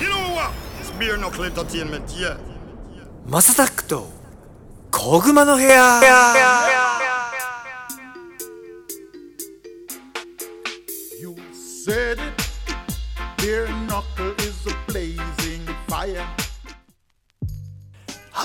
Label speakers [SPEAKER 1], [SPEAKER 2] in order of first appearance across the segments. [SPEAKER 1] You know what? It's beer knuckle entertainment, yeah.
[SPEAKER 2] マサタックと小熊の部屋は
[SPEAKER 3] You said it. Beer knuckle is a blazing fire.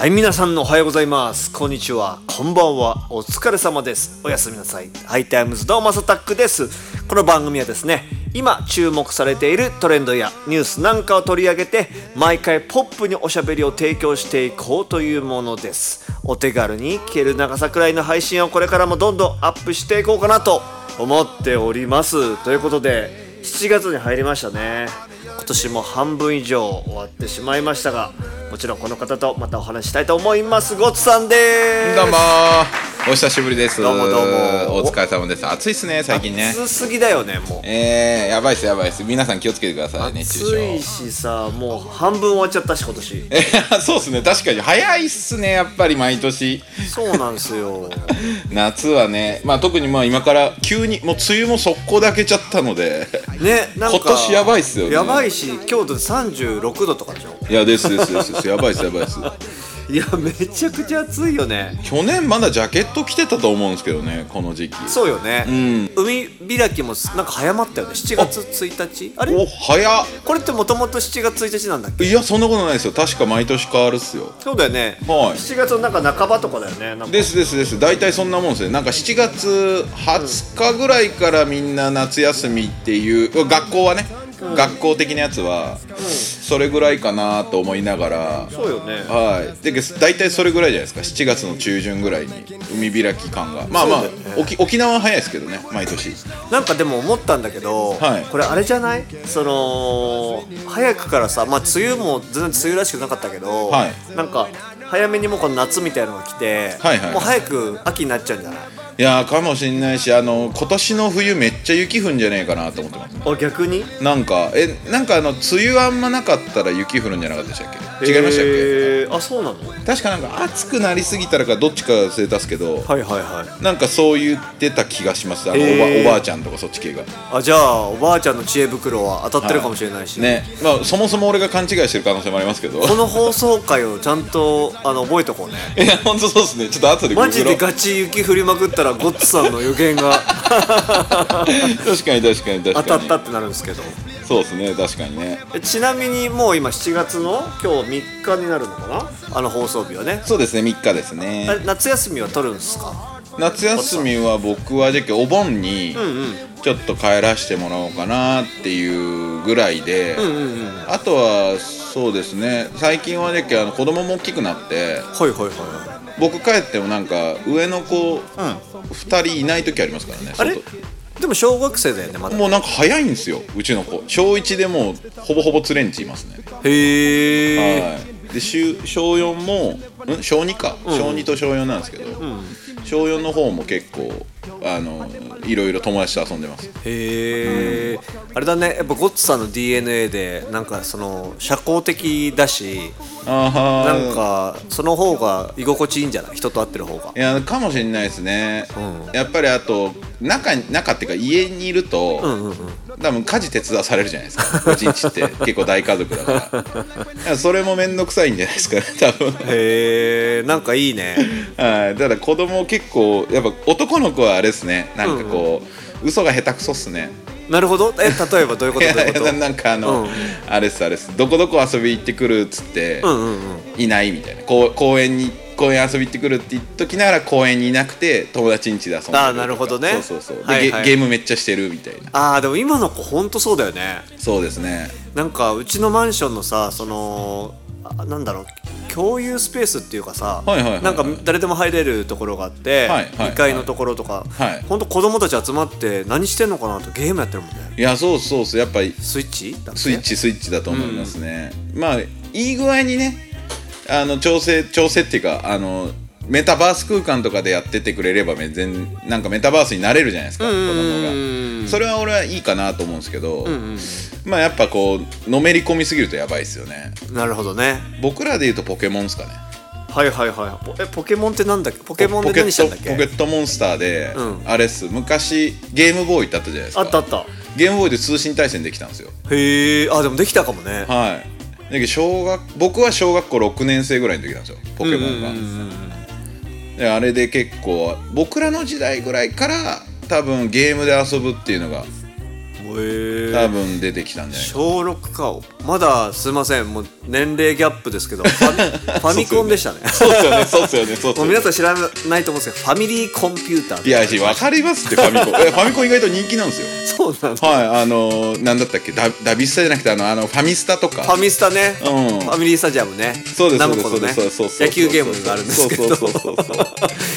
[SPEAKER 2] い皆さんおはようございますこんにちはこんばんはお疲れ様ですおやすみなさいハイタイムズのマサタックですこの番組はですね今注目されているトレンドやニュースなんかを取り上げて毎回ポップにおしゃべりを提供していこうというものですお手軽に聞ける長さくらいの配信をこれからもどんどんアップしていこうかなと思っておりますということで7月に入りましたね今年も半分以上終わってしまいましたがもちろんこの方とまたお話ししたいと思いますゴッツさんです
[SPEAKER 4] どうもお久しぶりです
[SPEAKER 2] どうもどうも
[SPEAKER 4] お疲れ様です暑いっすね最近ね
[SPEAKER 2] 暑すぎだよねもう
[SPEAKER 4] えー、やばいっすやばいっす皆さん気をつけてください熱中
[SPEAKER 2] 暑いしさもう半分終わっちゃったし今年
[SPEAKER 4] 症 そうっすね確かに早いっすねやっぱり毎年
[SPEAKER 2] そうなんす よ
[SPEAKER 4] 夏はねまあ特にまあ今から急にもう梅雨も速攻で明けちゃったので
[SPEAKER 2] ねなんか
[SPEAKER 4] 今年やばいっすよね
[SPEAKER 2] やばいし京都で36度とかでしょ
[SPEAKER 4] いやですですですですやばいっすやばいっす
[SPEAKER 2] いやめちゃくちゃ暑いよね
[SPEAKER 4] 去年まだジャケット着てたと思うんですけどねこの時期
[SPEAKER 2] そうよね、
[SPEAKER 4] ん
[SPEAKER 2] 海開きもなんか早まったよね7月1日あれ
[SPEAKER 4] お早っ
[SPEAKER 2] これってもともと7月1日なんだっけ
[SPEAKER 4] いやそんなことないですよ確か毎年変わるっすよ
[SPEAKER 2] そうだよね、
[SPEAKER 4] はい
[SPEAKER 2] 7月のなんか半ばとかだよねなんか
[SPEAKER 4] ですですです大体そんなもんですねなんか7月20日ぐらいからみんな夏休みっていう学校はね、学校的なやつは、それぐらいかなと思いながら
[SPEAKER 2] そうよね
[SPEAKER 4] はいで大体それぐらいじゃないですか7月の中旬ぐらいに海開き感がまあまあ、沖沖縄は早いですけどね毎年
[SPEAKER 2] なんかでも思ったんだけど、
[SPEAKER 4] はい
[SPEAKER 2] これあれじゃないその早くからさまあ梅雨も全然梅雨らしくなかったけど、
[SPEAKER 4] はい
[SPEAKER 2] なんか早めにもうこの夏みたいなのが来て、
[SPEAKER 4] はいはい
[SPEAKER 2] もう早く秋になっちゃうんじゃない
[SPEAKER 4] いやーかもしんないしあの今年の冬めっちゃ雪降んじゃねえかなと思ってます
[SPEAKER 2] あ逆に
[SPEAKER 4] なんかえなんかあの梅雨あんまなかったら雪降るんじゃなかったでしたっけ違いましたっけ、
[SPEAKER 2] えーあそうなのはい
[SPEAKER 4] 確かなんか暑くなりすぎたらかどっちか忘れたっすけど、
[SPEAKER 2] はいはい
[SPEAKER 4] なんかそう言ってた気がしますあのおば,、
[SPEAKER 2] へー
[SPEAKER 4] おばあちゃんとかそっち系が
[SPEAKER 2] あじゃあおばあちゃんの知恵袋は当たってるかもしれないし、
[SPEAKER 4] ねまあそもそも俺が勘違いしてる可能性もありますけ ど
[SPEAKER 2] この放送回をちゃんとあの覚えとこうね
[SPEAKER 4] いや本当そうっすねちょっと後でグ
[SPEAKER 2] マジ
[SPEAKER 4] グ
[SPEAKER 2] で
[SPEAKER 4] ろう確か
[SPEAKER 2] ガチ雪降りまくったらゴッツさんの予言が
[SPEAKER 4] に確かに確かに
[SPEAKER 2] 当たったってなるんですけど
[SPEAKER 4] そうっすね確かにね
[SPEAKER 2] えちなみにもう今7月の今日3日になるのかなあの放送日はね
[SPEAKER 4] そうですね3日です
[SPEAKER 2] あ
[SPEAKER 4] ね
[SPEAKER 2] れ夏休みは取るんですか
[SPEAKER 4] 夏休みは僕はじゃけお盆にちょっと帰らせてもらおうかなっていうぐらいで、あとはそうですね最近はじゃけあの子供も大きくなって
[SPEAKER 2] はいはいはい
[SPEAKER 4] 僕帰ってもなんか上の子、2人いない時ありますからね
[SPEAKER 2] あれ
[SPEAKER 4] 外
[SPEAKER 2] でも小学生だよねまだ
[SPEAKER 4] もうなんか早いんですようちの子小1でもうほぼほぼ連れんちいますね、
[SPEAKER 2] へえ
[SPEAKER 4] はいで週小4もん小2か、小2と小4なんですけど、小4の方も結構あのいろいろ友達と遊んでます
[SPEAKER 2] へえあれだねやっぱゴッツさんの DNA でなんかその社交的だし
[SPEAKER 4] ああ
[SPEAKER 2] なんかその方が居心地いいんじゃない人と会ってる方が
[SPEAKER 4] いやかもしれないですね、
[SPEAKER 2] う
[SPEAKER 4] やっぱりあと中に中っていうか家にいると、多分家事手伝わされるじゃないですかうちん ちって結構大家族だからいやそれも面倒くさいんじゃないで すかね多分
[SPEAKER 2] へえんかいい ね
[SPEAKER 4] はいただ子供結構やっぱ男の子はあれですねなんかこう、嘘が下手くそっすね
[SPEAKER 2] なるほどえ例えばどういうことど
[SPEAKER 4] い
[SPEAKER 2] う
[SPEAKER 4] や
[SPEAKER 2] いう
[SPEAKER 4] い
[SPEAKER 2] こ
[SPEAKER 4] や
[SPEAKER 2] と
[SPEAKER 4] なんかあの、
[SPEAKER 2] うん
[SPEAKER 4] あれっすあれっすどこどこ遊び行ってくるっつって、
[SPEAKER 2] うんうんうん
[SPEAKER 4] いないみたいなこう公園に公園遊び行ってくるって言っときながら公園にいなくて友達ん家で遊んでるとか
[SPEAKER 2] あーなるほどね
[SPEAKER 4] そうそうそうで、
[SPEAKER 2] はいはい
[SPEAKER 4] ゲゲームめっちゃしてるみたいな
[SPEAKER 2] ああでも今の子ほんとそうだよね
[SPEAKER 4] そうですね
[SPEAKER 2] なんかうちのマンションのさそのあなんだろう共有スペースっていうかさ、
[SPEAKER 4] はいはいはい
[SPEAKER 2] なんか誰でも入れるところがあって、
[SPEAKER 4] はいはいはい
[SPEAKER 2] 2階のところとか、
[SPEAKER 4] はい
[SPEAKER 2] ほんと子供たち集まって何してんのかなとゲームやってるもんね
[SPEAKER 4] いやそうそうそうやっぱり
[SPEAKER 2] スイッチだっけ
[SPEAKER 4] スイッチスイッチだと思いますね、まあいい具合にねあの調整調整っていうかあのメタバース空間とかでやっててくれればめ全なんかメタバースになれるじゃないですか子供がそれは俺はいいかなと思うんですけど、まあやっぱこうのめり込みすぎるとやばいですよね
[SPEAKER 2] なるほどね
[SPEAKER 4] 僕らで言うとポケモンですかね
[SPEAKER 2] はいはいはいポえポケモンってなんだっけポケモンで何したんだっけ
[SPEAKER 4] ポケットポケットモンスターで、
[SPEAKER 2] うん
[SPEAKER 4] あれっす昔ゲームボーイってあったじゃないですか
[SPEAKER 2] あったあった
[SPEAKER 4] ゲームボーイで通信対戦できたんですよ
[SPEAKER 2] へえあでもできたかもね
[SPEAKER 4] はいだけど小学僕は小学校6年生ぐらいの時なんですよポケモンが、であれで結構僕らの時代ぐらいから多分ゲームで遊ぶっていうのが
[SPEAKER 2] え
[SPEAKER 4] 多分出てきたんじゃないか
[SPEAKER 2] 小6かまだすいませんもう年齢ギャップですけどフ ァミファミコンでしたね
[SPEAKER 4] そうっすよ ねそうっすよねそうっす
[SPEAKER 2] もう
[SPEAKER 4] よね
[SPEAKER 2] 皆さん知らないと思うんですけどファミリーコンピューター
[SPEAKER 4] いやわかりますってファミコン いやファミコン意外と人気なんですよ
[SPEAKER 2] そうなんだ
[SPEAKER 4] はいあのー、なんだったっけダダビスタじゃなくてあのあのファミスタとか
[SPEAKER 2] ファミスタね、
[SPEAKER 4] うん
[SPEAKER 2] ファミリースタジアムね
[SPEAKER 4] そうです
[SPEAKER 2] ナ
[SPEAKER 4] そ
[SPEAKER 2] ム
[SPEAKER 4] うで
[SPEAKER 2] コ
[SPEAKER 4] すそ
[SPEAKER 2] の
[SPEAKER 4] うで
[SPEAKER 2] ね
[SPEAKER 4] すそうですそうです
[SPEAKER 2] 野球ゲームがあるんですけど
[SPEAKER 4] そうそうそうそう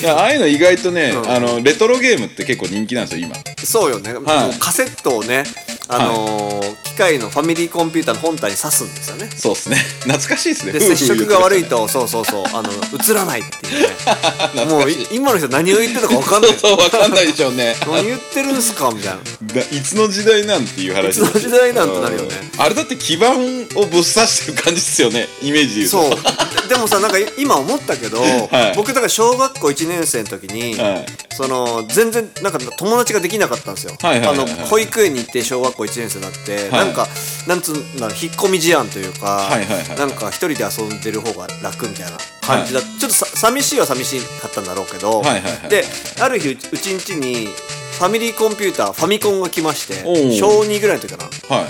[SPEAKER 4] いやああいうの意外とね、
[SPEAKER 2] ん
[SPEAKER 4] あのレトロゲームって結構人気なんですよ今
[SPEAKER 2] そうよね、
[SPEAKER 4] はい
[SPEAKER 2] もうカセットをね、あのー機械のファミリーコンピューターの本体に挿すんですよね。
[SPEAKER 4] そうですね 懐かしいですね
[SPEAKER 2] で
[SPEAKER 4] 夫婦
[SPEAKER 2] 接触が悪い
[SPEAKER 4] 言
[SPEAKER 2] と、そうそうそうあの映らないっていうね
[SPEAKER 4] 懐
[SPEAKER 2] も
[SPEAKER 4] か
[SPEAKER 2] う
[SPEAKER 4] しい
[SPEAKER 2] い今の人何を言ってたか分かん
[SPEAKER 4] って
[SPEAKER 2] な
[SPEAKER 4] た
[SPEAKER 2] い
[SPEAKER 4] ね そうそうわかんないでしょうね
[SPEAKER 2] 何言ってるんすかみたいな
[SPEAKER 4] だいつの時代なんていう話
[SPEAKER 2] いつの時代なんてなるよね
[SPEAKER 4] うんあれだって基盤をぶっ刺してる感じですよねイメージで言うと
[SPEAKER 2] そうででもさなんか今思ったけど、
[SPEAKER 4] はい
[SPEAKER 2] 僕だから小学校1年生の時に、
[SPEAKER 4] はい
[SPEAKER 2] その全然なんか友達ができなかったんですよ、
[SPEAKER 4] はいはいはいはい
[SPEAKER 2] あの保育園に行って小学校1年生になって、
[SPEAKER 4] は
[SPEAKER 2] な
[SPEAKER 4] い
[SPEAKER 2] んかなんつうんだろう引っ込み思案というか、
[SPEAKER 4] はいはいはい
[SPEAKER 2] なんか一人で遊んでる方が楽みたいな感じだ、ちょっとさ寂しいは寂しかったんだろうけど、
[SPEAKER 4] はいはいはい
[SPEAKER 2] である日うちうちんちにファミリーコンピューターファミコンが来まして
[SPEAKER 4] おう
[SPEAKER 2] 小2ぐらいの時かな
[SPEAKER 4] はい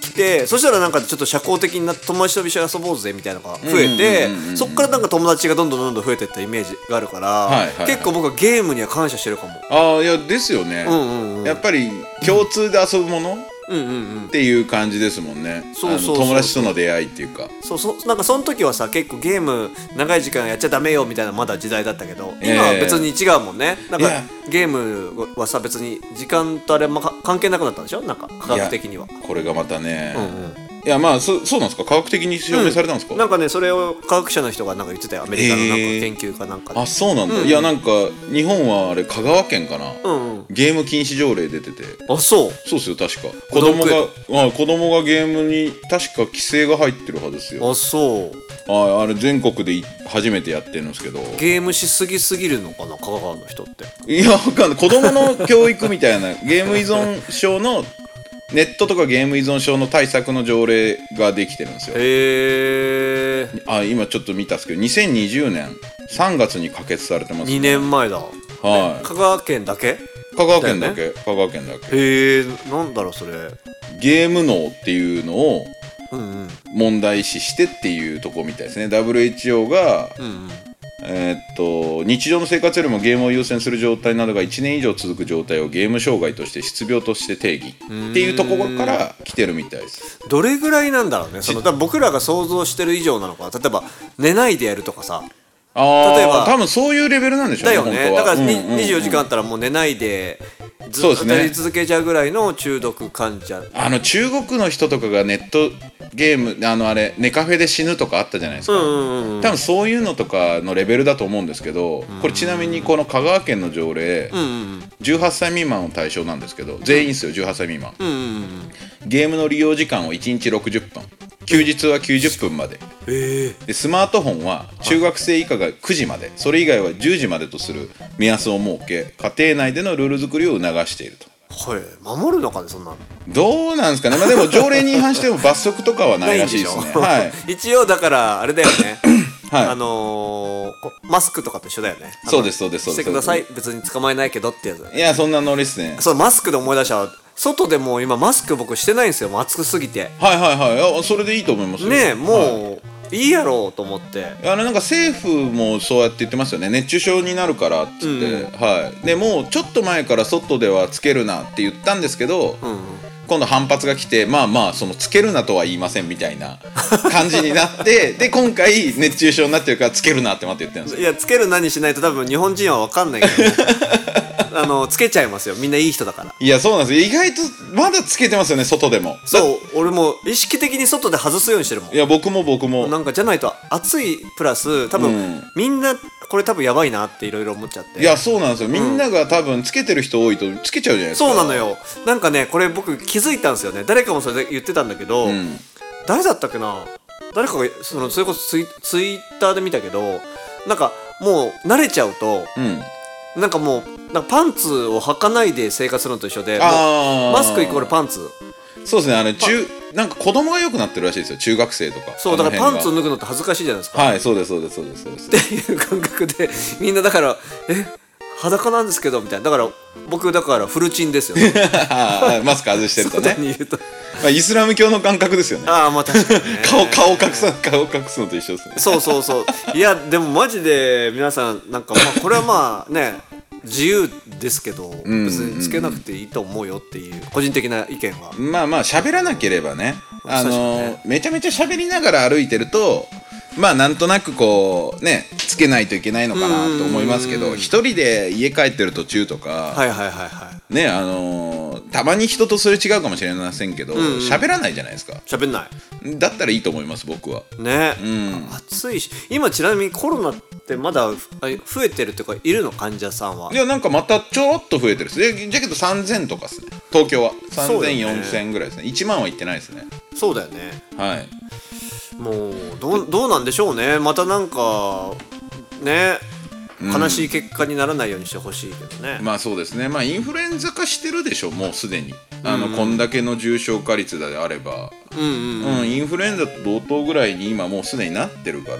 [SPEAKER 2] 来てそしたらなんかちょっと社交的になって友達と一緒に遊ぼうぜみたいなのが増えて
[SPEAKER 4] うんうんうんうん
[SPEAKER 2] そっからなんか友達がどんどんどんどん増えてったイメージがあるから、
[SPEAKER 4] いはいはい
[SPEAKER 2] 結構僕はゲームには感謝してるかも
[SPEAKER 4] ああいやですよね、
[SPEAKER 2] うんうんうん
[SPEAKER 4] やっぱり共通で遊ぶもの、
[SPEAKER 2] うんうんうん
[SPEAKER 4] っていう感じですもんね
[SPEAKER 2] そうそうそう
[SPEAKER 4] あの友達との出会いっていうか
[SPEAKER 2] そうそうなんかその時はさ結構ゲーム長い時間やっちゃダメよみたいなまだ時代だったけど今は別に違うもんね、なん
[SPEAKER 4] い
[SPEAKER 2] か
[SPEAKER 4] や
[SPEAKER 2] ゲームはさ別に時間とあれもか関係なくなったんでしょなんか科学的にはい
[SPEAKER 4] やこれがまたね、
[SPEAKER 2] うんうん
[SPEAKER 4] いやまあそそうなんですか科学的に証明されたんですか、
[SPEAKER 2] なんかねそれを科学者の人がなんか言ってたよアメリカのなんか
[SPEAKER 4] えー
[SPEAKER 2] 研究かなんかで、
[SPEAKER 4] あそうなんだ、いやなんか日本はあれ香川県かな、
[SPEAKER 2] うんうん
[SPEAKER 4] ゲーム禁止条例出てて
[SPEAKER 2] あそう
[SPEAKER 4] そうですよ確か
[SPEAKER 2] 子
[SPEAKER 4] 子
[SPEAKER 2] 供
[SPEAKER 4] 供
[SPEAKER 2] 食え
[SPEAKER 4] があ子供がゲームに確か規制が入ってるはずですよ
[SPEAKER 2] あそう
[SPEAKER 4] ああれ全国でい初めてやってるんですけど
[SPEAKER 2] ゲームしすぎすぎるのかな香川の人って
[SPEAKER 4] いやわかんない子供の教育みたいな ゲーム依存症のネットとかゲーム依存症の対策の条例ができてるんですよ
[SPEAKER 2] へえ
[SPEAKER 4] あ今ちょっと見たんですけど2020年3月に可決されてますね
[SPEAKER 2] 2年前だ
[SPEAKER 4] は
[SPEAKER 2] 香川県だけ
[SPEAKER 4] い香川県だけ香川県だけ
[SPEAKER 2] へえなんだろうそれ
[SPEAKER 4] ゲーム脳っていうのを
[SPEAKER 2] うんうん
[SPEAKER 4] 問題視してっていうとこみたいですね WHO が、
[SPEAKER 2] うん
[SPEAKER 4] えーっと日常の生活よりもゲームを優先する状態などが1年以上続く状態をゲーム障害として失病として定義っていうところから来てるみたいです
[SPEAKER 2] どれぐらいなんだろうねその多分僕らが想像してる以上なのかな例えば寝ないでやるとかさ
[SPEAKER 4] あ
[SPEAKER 2] 例えば
[SPEAKER 4] あ多分そういうレベルなんでしょう
[SPEAKER 2] だ
[SPEAKER 4] ね
[SPEAKER 2] よね
[SPEAKER 4] 本当
[SPEAKER 2] だ
[SPEAKER 4] は
[SPEAKER 2] から、に
[SPEAKER 4] うんうんうん
[SPEAKER 2] 24時間あったらもう寝ないでずっ
[SPEAKER 4] そう
[SPEAKER 2] と
[SPEAKER 4] ですね
[SPEAKER 2] 語り続けちゃうぐらいの中毒患者
[SPEAKER 4] あの中国の人とかがネットゲームあのあれネカフェで死ぬとかあったじゃないですか、
[SPEAKER 2] うんうんうん
[SPEAKER 4] 多分そういうのとかのレベルだと思うんですけどこれちなみにこの香川県の条例、18歳未満を対象なんですけど全員ですよ18歳未満、ゲームの利用時間を1日60分休日は90分まででスマートフォンは中学生以下が9時までそれ以外は10時までとする目安を設け家庭内でのルール作りを促していると。
[SPEAKER 2] はい守るのかねそんなの
[SPEAKER 4] どうなんですかね、まあ、でも条例に違反しても罰則とかは ないらしいですね。はい、
[SPEAKER 2] 一応だからあれだよね
[SPEAKER 4] はい
[SPEAKER 2] あのーこマスクとかと一緒だよねあの
[SPEAKER 4] そうですそうですそう
[SPEAKER 2] し
[SPEAKER 4] で
[SPEAKER 2] て
[SPEAKER 4] す
[SPEAKER 2] ください別に捕まえないけどってやつ
[SPEAKER 4] いや、そんなノリっすね。
[SPEAKER 2] そうマスクで思い出した外でもう今マスク僕してないんですよもう暑すぎて
[SPEAKER 4] はいはいはい、あそれでいいと思いますよ
[SPEAKER 2] ねえ
[SPEAKER 4] はい
[SPEAKER 2] もういいやろうと思って
[SPEAKER 4] あれなんか政府もそうやって言ってますよね熱中症になるからって言って、はい、でもうちょっと前から外ではつけるなって言ったんですけど、今度反発が来てまあまあそのつけるなとは言いませんみたい な感じになってで今回熱中症になってるからつけるなってまた言ってるんですよ
[SPEAKER 2] いやつける何しないと多分日本人は分かんないけ ど、ね、あのつけちゃいますよみんないい人だから
[SPEAKER 4] いやそうなんですよ意外とまだつけてますよね外でも
[SPEAKER 2] そう俺もう意識的に外で外すようにしてるもん
[SPEAKER 4] いや僕も僕も
[SPEAKER 2] なんかじゃないと暑いプラス多分、
[SPEAKER 4] うん
[SPEAKER 2] みんなこれ多分やばいなっていろいろ思っちゃって
[SPEAKER 4] いやそうなんですよみんなが多分つけてる人多いとつけちゃうじゃないですか
[SPEAKER 2] そうなのよなんかねこれ僕気づいたんですよね誰かもそれで言ってたんだけど、
[SPEAKER 4] ん
[SPEAKER 2] 誰だったっけな誰かがそのそれこそツイツイッターで見たけどなんかもう慣れちゃうと
[SPEAKER 4] うん
[SPEAKER 2] なんかもうなんかパンツを履かないで生活するのと一緒でもう
[SPEAKER 4] あー
[SPEAKER 2] マスクイコールパンツ
[SPEAKER 4] そうですねあの中なんか子供が良くなってるらしいですよ中学生とか
[SPEAKER 2] そうだからパンツを
[SPEAKER 4] の
[SPEAKER 2] 脱ぐのって恥ずかしいじゃないですか
[SPEAKER 4] 辺がはいそうですそうですそうですそうです
[SPEAKER 2] っていう感覚でみんなだから「え裸なんですけど」みたいなだから僕だからフルチンですよ、ね、
[SPEAKER 4] はいマスク外してる と
[SPEAKER 2] 外
[SPEAKER 4] ね
[SPEAKER 2] にいると
[SPEAKER 4] まあ、イスラム教の感覚ですよね
[SPEAKER 2] ああまあ確かにね
[SPEAKER 4] 顔顔隠す顔隠すのと一緒ですね
[SPEAKER 2] そうそうそういやでもマジで皆さんなんかまあこれはまあ ね自由ですけど別
[SPEAKER 4] んうん
[SPEAKER 2] につけなくていいと思うよっていう個人的な意見は
[SPEAKER 4] まあまあ喋らなければねあ
[SPEAKER 2] 確
[SPEAKER 4] の
[SPEAKER 2] かにね
[SPEAKER 4] めちゃめちゃ喋りながら歩いてるとまあなんとなくこうねつけないといけないのかなと思いますけど一人で家帰ってる途中とか、
[SPEAKER 2] はいはいはいはい
[SPEAKER 4] ねあのーたまに人とすれ違うかもしれませんけど喋、らないじゃないですか
[SPEAKER 2] 喋んない
[SPEAKER 4] だったらいいと思います僕は
[SPEAKER 2] ね、
[SPEAKER 4] ん
[SPEAKER 2] 暑いし今ちなみにコロナってまだあ増えてるっていうかいるの患者さんはい
[SPEAKER 4] やなんかまたちょろっと増えてるっすでじゃけど3000とかですね東京は
[SPEAKER 2] そうだよね
[SPEAKER 4] 30004000ぐらいですね1万はいってないですね
[SPEAKER 2] そうだよね
[SPEAKER 4] はい
[SPEAKER 2] もうどうどうなんでしょうねまたなんかね悲しい結果にならないようにしてほしいけどね、
[SPEAKER 4] まあそうですね、まあ、インフルエンザ化してるでしょ、もうすでに、あのこんだけの重症化率であれば、うんインフルエンザと同等ぐらいに今、もうすでになってるから、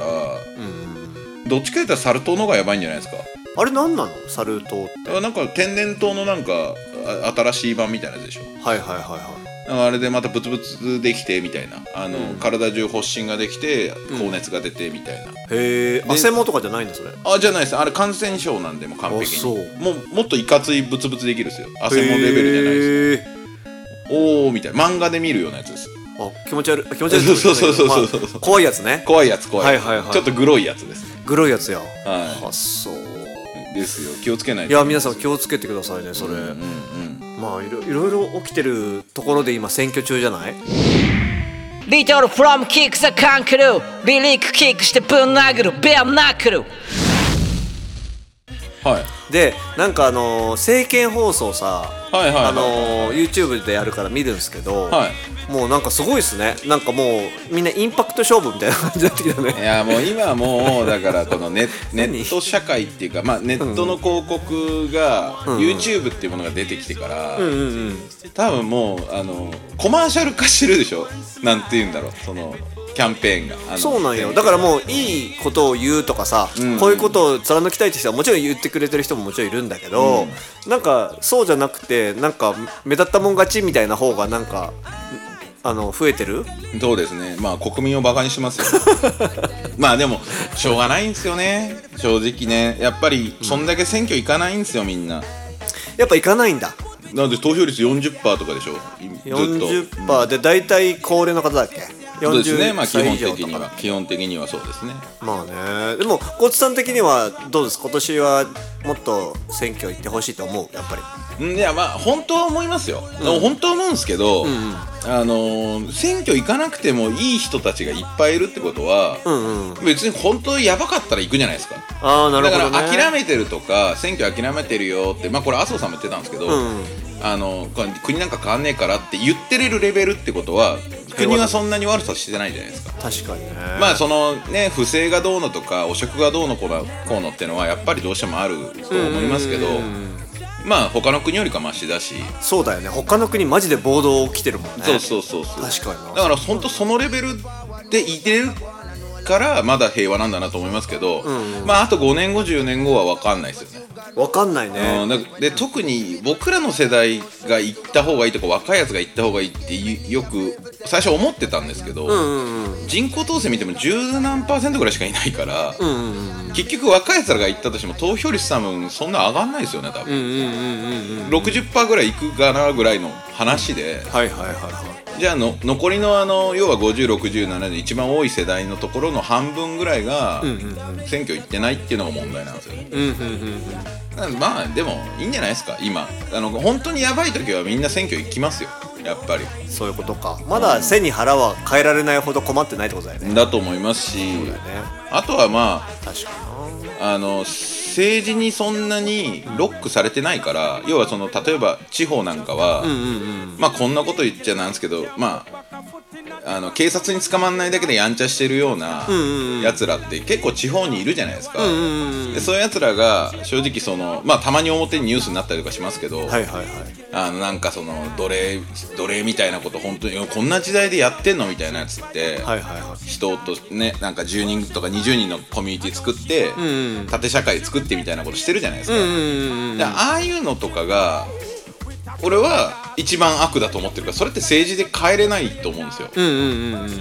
[SPEAKER 4] どっちか言ったらサル痘の方がやばいんじゃないですか、
[SPEAKER 2] あれなんなのサル痘って
[SPEAKER 4] あなんか天然痘のなんかあ新しい版みたいなやつでしょ、
[SPEAKER 2] はいはいはいはい
[SPEAKER 4] あれでまたブツブツできてみたいな、あの体中発疹ができて、高熱が出てみたいな。
[SPEAKER 2] へえ汗もとかじゃないんだそれ
[SPEAKER 4] あじゃないですあれ感染症なんでもう完璧
[SPEAKER 2] あそう
[SPEAKER 4] にもうもっといかついブツブツできるんですよ汗もレベルじゃないです
[SPEAKER 2] へー
[SPEAKER 4] おーみたいな漫画で見るようなやつです
[SPEAKER 2] あ気持ち悪い気持ち悪い
[SPEAKER 4] そうそうそうそうそう
[SPEAKER 2] まあ怖いやつね
[SPEAKER 4] 怖いやつ怖い,、
[SPEAKER 2] はいはいはい
[SPEAKER 4] ちょっとグロいやつです
[SPEAKER 2] グロいやつや
[SPEAKER 4] は
[SPEAKER 2] あそう
[SPEAKER 4] いですよ気をつけない
[SPEAKER 2] いや皆さん気をつけてくださいねそれ、
[SPEAKER 4] うんうん
[SPEAKER 2] まあいろいろいろ起きてるところで今選挙中じゃない
[SPEAKER 5] Little from kick the kangaroo リリックキックしてぶん殴るベアナックル
[SPEAKER 4] はい
[SPEAKER 2] でなんかあのー政見放送さ、
[SPEAKER 4] はいはいはい
[SPEAKER 2] あのー YouTube でやるから見るんですけど、
[SPEAKER 4] は
[SPEAKER 2] もうなんかすごいですねなんかもうみんなインパクト勝負みたいな感じになってきた
[SPEAKER 4] い
[SPEAKER 2] ね
[SPEAKER 4] やもう今はもうだからこ のネネ
[SPEAKER 2] 何
[SPEAKER 4] ット社会っていうか、まあ、ネットの広告が YouTube っていうものが出てきてから、多分もうあのコマーシャル化してるでしょなんて言うんだろうそのキャンペーンがあの
[SPEAKER 2] そうなんよだからもういいことを言うとかさ、こういうことを貫きたいって人はもちろん言ってくれてる人ももちろんいるんだけど、なんかそうじゃなくてなんか目立ったもん勝ちみたいな方がなんかあの増えてる
[SPEAKER 4] そうですねまあ国民をバカにしますよまあでもしょうがないんですよね正直ねやっぱりそんだけ選挙行かないんですよみんな
[SPEAKER 2] やっぱいかないんだ
[SPEAKER 4] なので投票率40%とかでしょいずっと
[SPEAKER 2] 40%で大体高齢の方だっけ
[SPEAKER 4] そうですねまあ
[SPEAKER 2] 40
[SPEAKER 4] 基
[SPEAKER 2] 歳
[SPEAKER 4] 本
[SPEAKER 2] 以上
[SPEAKER 4] 的に
[SPEAKER 2] と
[SPEAKER 4] は
[SPEAKER 2] か
[SPEAKER 4] 基本的にはそうですね
[SPEAKER 2] まあねでもコツさん的にはどうです今年はもっと選挙行ってほしいと思うやっぱり
[SPEAKER 4] うんいやまあ本当は思いますよ、本当は思うんですけど、あのー選挙行かなくてもいい人たちがいっぱいいるってことは、別に本当やばかったら行くじゃないですか
[SPEAKER 2] ああなる
[SPEAKER 4] だ
[SPEAKER 2] ほど、
[SPEAKER 4] から
[SPEAKER 2] ね、
[SPEAKER 4] 諦めてるとか選挙諦めてるよって、まあ、これ麻生さんも言ってたんですけど、
[SPEAKER 2] ん
[SPEAKER 4] あのこれ国なんか変わんねえからって言ってれるレベルってことは国はそんなに悪さしてないじゃないですか。
[SPEAKER 2] 確かにね
[SPEAKER 4] まあそのね不正がどうのとか汚職がどうのこうのこうのってのはやっぱりどうしてもあると思いますけどまあ他の国よりかマシだし、
[SPEAKER 2] そうだよね他の国マジで暴動起きてるもんね
[SPEAKER 4] そうそうそうそう
[SPEAKER 2] 確かにな
[SPEAKER 4] だから本当そのレベルでいてるからまだ平和なんだなと思いますけど、まああと5年後10年後は分かんないですよね
[SPEAKER 2] わかんない
[SPEAKER 4] うん
[SPEAKER 2] ね
[SPEAKER 4] なんかで特に僕らの世代が行った方がいいとか若いやつが行った方がいいっていよく最初思ってたんですけど、人口統制見ても十何パーセントぐらいしかいないから、結局若いやつらが行ったとしても投票率多分そんな上がんないですよね多分、60%ぐらい行くかなぐらいの話で
[SPEAKER 2] はいはいはいはい
[SPEAKER 4] じゃあの残りのあの要は506070で一番多い世代のところの半分ぐらいが選挙行ってないっていうのが問題なんですよね。なんでまあでもいいんじゃないですか今あの本当にやばい時はみんな選挙行きますよやっぱり。
[SPEAKER 2] そういうことかまだ背に腹は変えられないほど困ってないってことだよね
[SPEAKER 4] だと思いますし
[SPEAKER 2] ね
[SPEAKER 4] あとはま
[SPEAKER 2] 確かにな
[SPEAKER 4] ああの政治にそんなにロックされてないから要はその例えば地方なんかは、まあこんなこと言っちゃなんですけどまああの警察に捕まんないだけでやんちゃしてるようなやつらって結構地方にいるじゃないですか、でそういうやつらが正直その、まあ、たまに表にニュースになったりとかしますけど、
[SPEAKER 2] はいはいはい
[SPEAKER 4] あのなんかその奴隷奴隷みたいなこと本当にこんな時代でやってんのみたいなやつって、
[SPEAKER 2] はいはいはい
[SPEAKER 4] 人とねなんか10人とか20人のコミュニティ作って、縦社会作ってみたいなことしてるじゃないですか、でああいうのとかが俺は一番悪だと思ってるからそれって政治で変えれないと思うんですよ、じ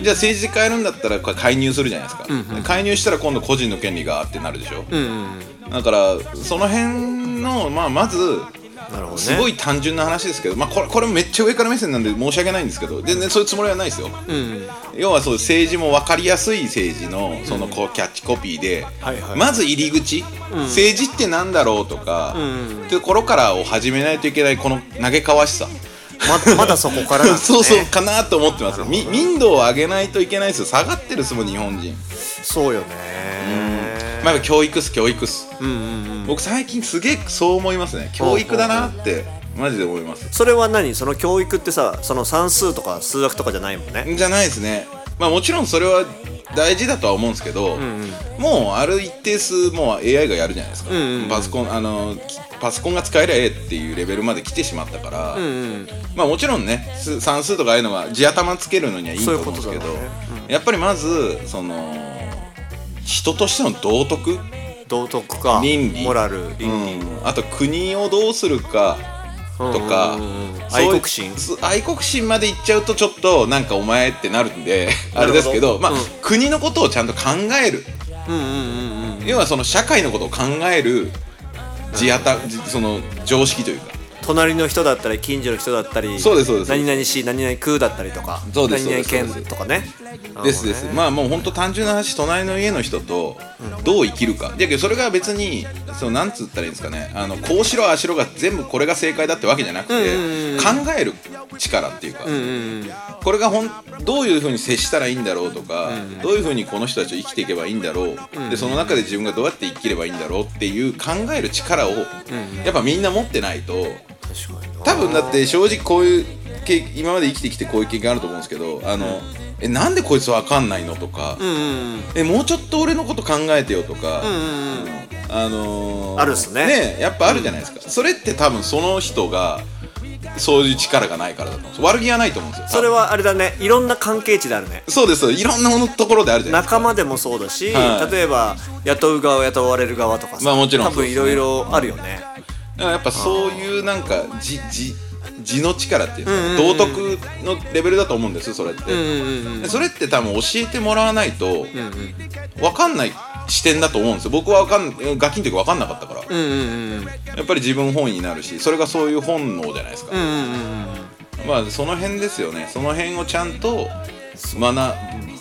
[SPEAKER 4] ゃあ政治で変えるんだったらこれ介入するじゃないですか、で介入したら今度個人の権利があってなるでしょ、だからその辺の、まあ、まず
[SPEAKER 2] なるほどね
[SPEAKER 4] すごい単純な話ですけど、まあ、これこれめっちゃ上から目線なんで申し訳ないんですけど全然そういうつもりはないですよ、要はそう政治も分かりやすい政治のそのこうキャッチコピーで、
[SPEAKER 2] はいはい
[SPEAKER 4] まず入り口、政治ってなんだろうとか、っていう頃からを始めないといけないこの投げかわしさ、
[SPEAKER 2] ままだそこからなんですね
[SPEAKER 4] そうそうかなと思ってます、み民度を上げないといけないですよ下がってるっすもん日本人。
[SPEAKER 2] そうよね
[SPEAKER 4] まあ、やっぱ教育っす教育っす、僕最近すげえそう思いますね教育だなってマジで思います
[SPEAKER 2] それは何その教育ってさその算数とか数学とかじゃないもんね
[SPEAKER 4] じゃないですねまあもちろんそれは大事だとは思うんですけど、もうある一定数もう AI がやるじゃないですか、パソコンあのきパソコンが使えりゃええっていうレベルまで来てしまったから、まあもちろんねす算数とかああいうのは地頭つけるのにはいいと思うんです
[SPEAKER 2] そう
[SPEAKER 4] けど
[SPEAKER 2] いうことだろ
[SPEAKER 4] やっぱりまずその人としての道徳
[SPEAKER 2] 道徳か
[SPEAKER 4] 倫理
[SPEAKER 2] モラル倫理
[SPEAKER 4] うん、あと国をどうするかとか
[SPEAKER 2] うんうんうん
[SPEAKER 4] そう
[SPEAKER 2] 愛
[SPEAKER 4] いう
[SPEAKER 2] 国心
[SPEAKER 4] そう愛国心までいっちゃうとちょっとなんかお前ってなる んであれですけど
[SPEAKER 2] な
[SPEAKER 4] まあ、
[SPEAKER 2] るほどうん
[SPEAKER 4] 国のことをちゃんと考える、要はその社会のことを考える地当たじその常識というか
[SPEAKER 2] 隣の人だったり近所の人だったり
[SPEAKER 4] そうですそうです
[SPEAKER 2] 何々市何々区だったりとか
[SPEAKER 4] そうです
[SPEAKER 2] 何々県
[SPEAKER 4] そうです
[SPEAKER 2] とかね
[SPEAKER 4] ですです、まあもう本当単純な話隣の家の人とどう生きるか、だけどそれが別にそのなんつったらいいんですかねあのこうしろああしろが全部これが正解だってわけじゃなくて、考える力っていうか、これがほんどういうふうに接したらいいんだろうとか、どういうふうにこの人たちを生きていけばいいんだろう、でその中で自分がどうやって生きればいいんだろうっていう考える力を、やっぱみんな持ってないと。多分だって正直こういう経今まで生きてきてこういう経験あると思うんですけどあの、えなんでこいつわかんないのとか、えもうちょっと俺のこと考えてよとか、あのー
[SPEAKER 2] あるっすね
[SPEAKER 4] やっぱあるじゃないですか、それって多分その人がそういう力がないからだと思うんです悪気はないと思うんですよ
[SPEAKER 2] それはあれだねいろんな関係値であるね
[SPEAKER 4] そうですそうですいろんなものところであるじゃないですか
[SPEAKER 2] 仲間でもそうだし、
[SPEAKER 4] はい
[SPEAKER 2] 例えば雇う側雇われる側とかさ、
[SPEAKER 4] まあもちろん
[SPEAKER 2] 多分いろいろあるよね、
[SPEAKER 4] だからやっぱそういうなんかじじ字の力っていうか道徳のレベルだと思うんですそれって、でそれって多分教えてもらわないと分かんない視点だと思うんですよ僕はわかんガキの時分かんなかったから、やっぱり自分本位になるしそれがそういう本能じゃないですか、まあその辺ですよねその辺をちゃんと学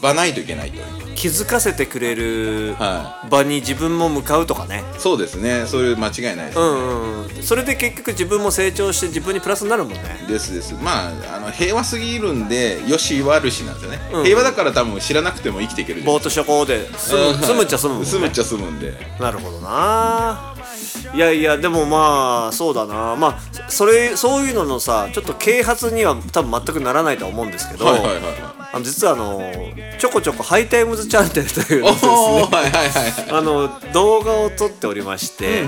[SPEAKER 4] ばないといけないという
[SPEAKER 2] 気づかせてくれる
[SPEAKER 4] は
[SPEAKER 2] 場に自分も向かうとかね、
[SPEAKER 4] そうですねそういう間違いないです、
[SPEAKER 2] うんうん、それで結局自分も成長して自分にプラスになるもんね
[SPEAKER 4] ですですまああの平和すぎるんでよし悪しなんですよね、平和だから多分知らなくても生きていける
[SPEAKER 2] ぼーっと諸行で済む,、
[SPEAKER 4] うん
[SPEAKER 2] 済むっちゃ済むも んね
[SPEAKER 4] 住むっちゃ住むんで
[SPEAKER 2] なるほどな。いやいやでもまあそうだなまあそそれそういうののさちょっと啓発には多分全くならないとは思うんですけど、
[SPEAKER 4] はいはいはいはい
[SPEAKER 2] あの実はあのちょこちょこハイタイムズチャンネルという
[SPEAKER 4] お
[SPEAKER 2] ですね
[SPEAKER 4] おーはいはいはい
[SPEAKER 2] あの動画を撮っておりまして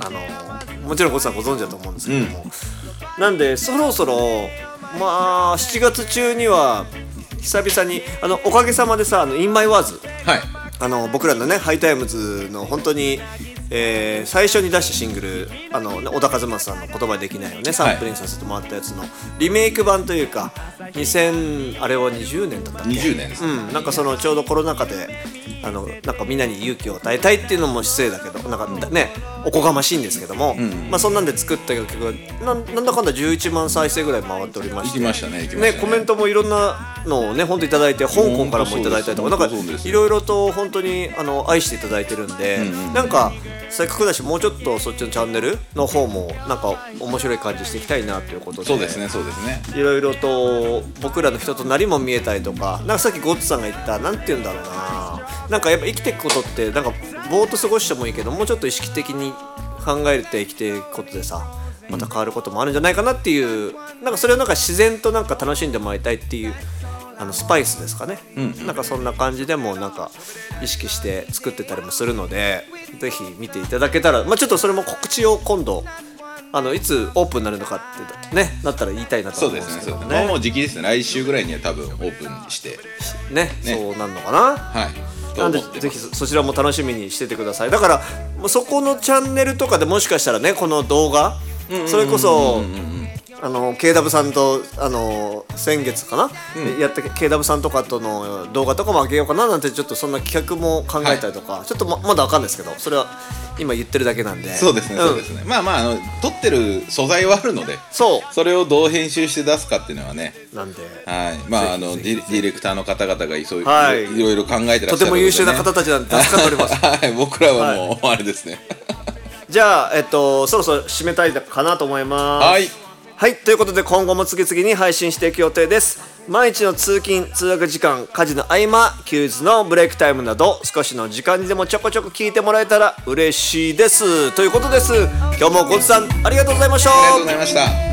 [SPEAKER 2] あのもちろんごさんご存知だと思うんですけども、なんでそろそろまあ7月中には久々にあのおかげさまでさ「あのインマイワーズ
[SPEAKER 4] はい
[SPEAKER 2] あの僕らのねハイタイムズの本当に、えー最初に出したシングルあの小田和正さんの「言葉できない」をねサンプリングさせてもらったやつのリメイク版というか2000あれは20年だったっけ
[SPEAKER 4] 20年です、
[SPEAKER 2] うん、なんかそのちょうどコロナ禍であのなんかみんなに勇気を与えたいっていうのも失礼だけどなんかねおこがましいんですけども、まあ、そんなんで作った曲がなんなんだかんだ11万再生ぐらい回っておりまして
[SPEAKER 4] 行きましたね行きましたね
[SPEAKER 2] ねコメントもいろんなのをね本当いただいて香港からもいただいたりとかなん
[SPEAKER 4] 本当
[SPEAKER 2] か
[SPEAKER 4] そうです本当そうです
[SPEAKER 2] いろいろと本当にあの愛していただいてるんで、なんかせっかくだしもうちょっとそっちのチャンネルの方もなんか面白い感じしていきたいなということで
[SPEAKER 4] そうですねそうですね
[SPEAKER 2] いろいろと僕らの人となりも見えたりとかなんかさっきゴッツさんが言ったなんて言うんだろうななんかやっぱ生きていくことってなんかぼーっと過ごしてもいいけどもうちょっと意識的に考えて生きていくことでさまた変わることもあるんじゃないかなっていうなんかそれをなんか自然となんか楽しんでもらいたいっていうあのスパイスですかね、なんかそんな感じでもなんか意識して作ってたりもするのでぜひ見ていただけたら、まあ、ちょっとそれも告知を今度あのいつオープンになるのかってねなったら言いたいなと
[SPEAKER 4] そう
[SPEAKER 2] 思うん
[SPEAKER 4] で
[SPEAKER 2] ですす
[SPEAKER 4] ね
[SPEAKER 2] け
[SPEAKER 4] そう
[SPEAKER 2] ど
[SPEAKER 4] ですねもうも
[SPEAKER 2] ね
[SPEAKER 4] う時期ですね来週ぐらいには多分オープンして
[SPEAKER 2] ね
[SPEAKER 4] ね
[SPEAKER 2] そうなんのかな
[SPEAKER 4] はいと
[SPEAKER 2] なんで
[SPEAKER 4] 思ってます
[SPEAKER 2] ぜひそそちらも楽しみにしててくださいだからもうそこのチャンネルとかでもしかしたらねこの動画それこそあの KW さんとあの先月かな、やった KW さんとかとの動画とかも上げようかななんてちょっとそんな企画も考えたりとか、ちょっとままだわかんないですけどそれは今言ってるだけなんで
[SPEAKER 4] そうですね、
[SPEAKER 2] ん
[SPEAKER 4] そうですねまあまああの撮ってる素材はあるので
[SPEAKER 2] そ
[SPEAKER 4] それをどう編集して出すかっていうのはね
[SPEAKER 2] うなんで
[SPEAKER 4] はいまああの
[SPEAKER 2] ぜ
[SPEAKER 4] デ
[SPEAKER 2] ひ
[SPEAKER 4] ィディレクターの方々がいそう、
[SPEAKER 2] はい
[SPEAKER 4] い、ろいろ考えてら
[SPEAKER 2] と
[SPEAKER 4] っし
[SPEAKER 2] て
[SPEAKER 4] ゃる
[SPEAKER 2] も優秀な
[SPEAKER 4] のでね
[SPEAKER 2] 方たちなんで助かっております
[SPEAKER 4] はい、僕らはもう、あれですね。
[SPEAKER 2] じゃあ、えっと、そろそろ締めたいかなと思います。
[SPEAKER 4] はい。
[SPEAKER 2] はい、ということで今後も次々に配信していく予定です。毎日の通勤、通学時間、家事の合間、休日のブレイクタイムなど、少しの時間にでもちょこちょこ聞いてもらえたら嬉しいです。ということです。今日もごつさん、ありがとうございました。
[SPEAKER 4] ありがとうございました。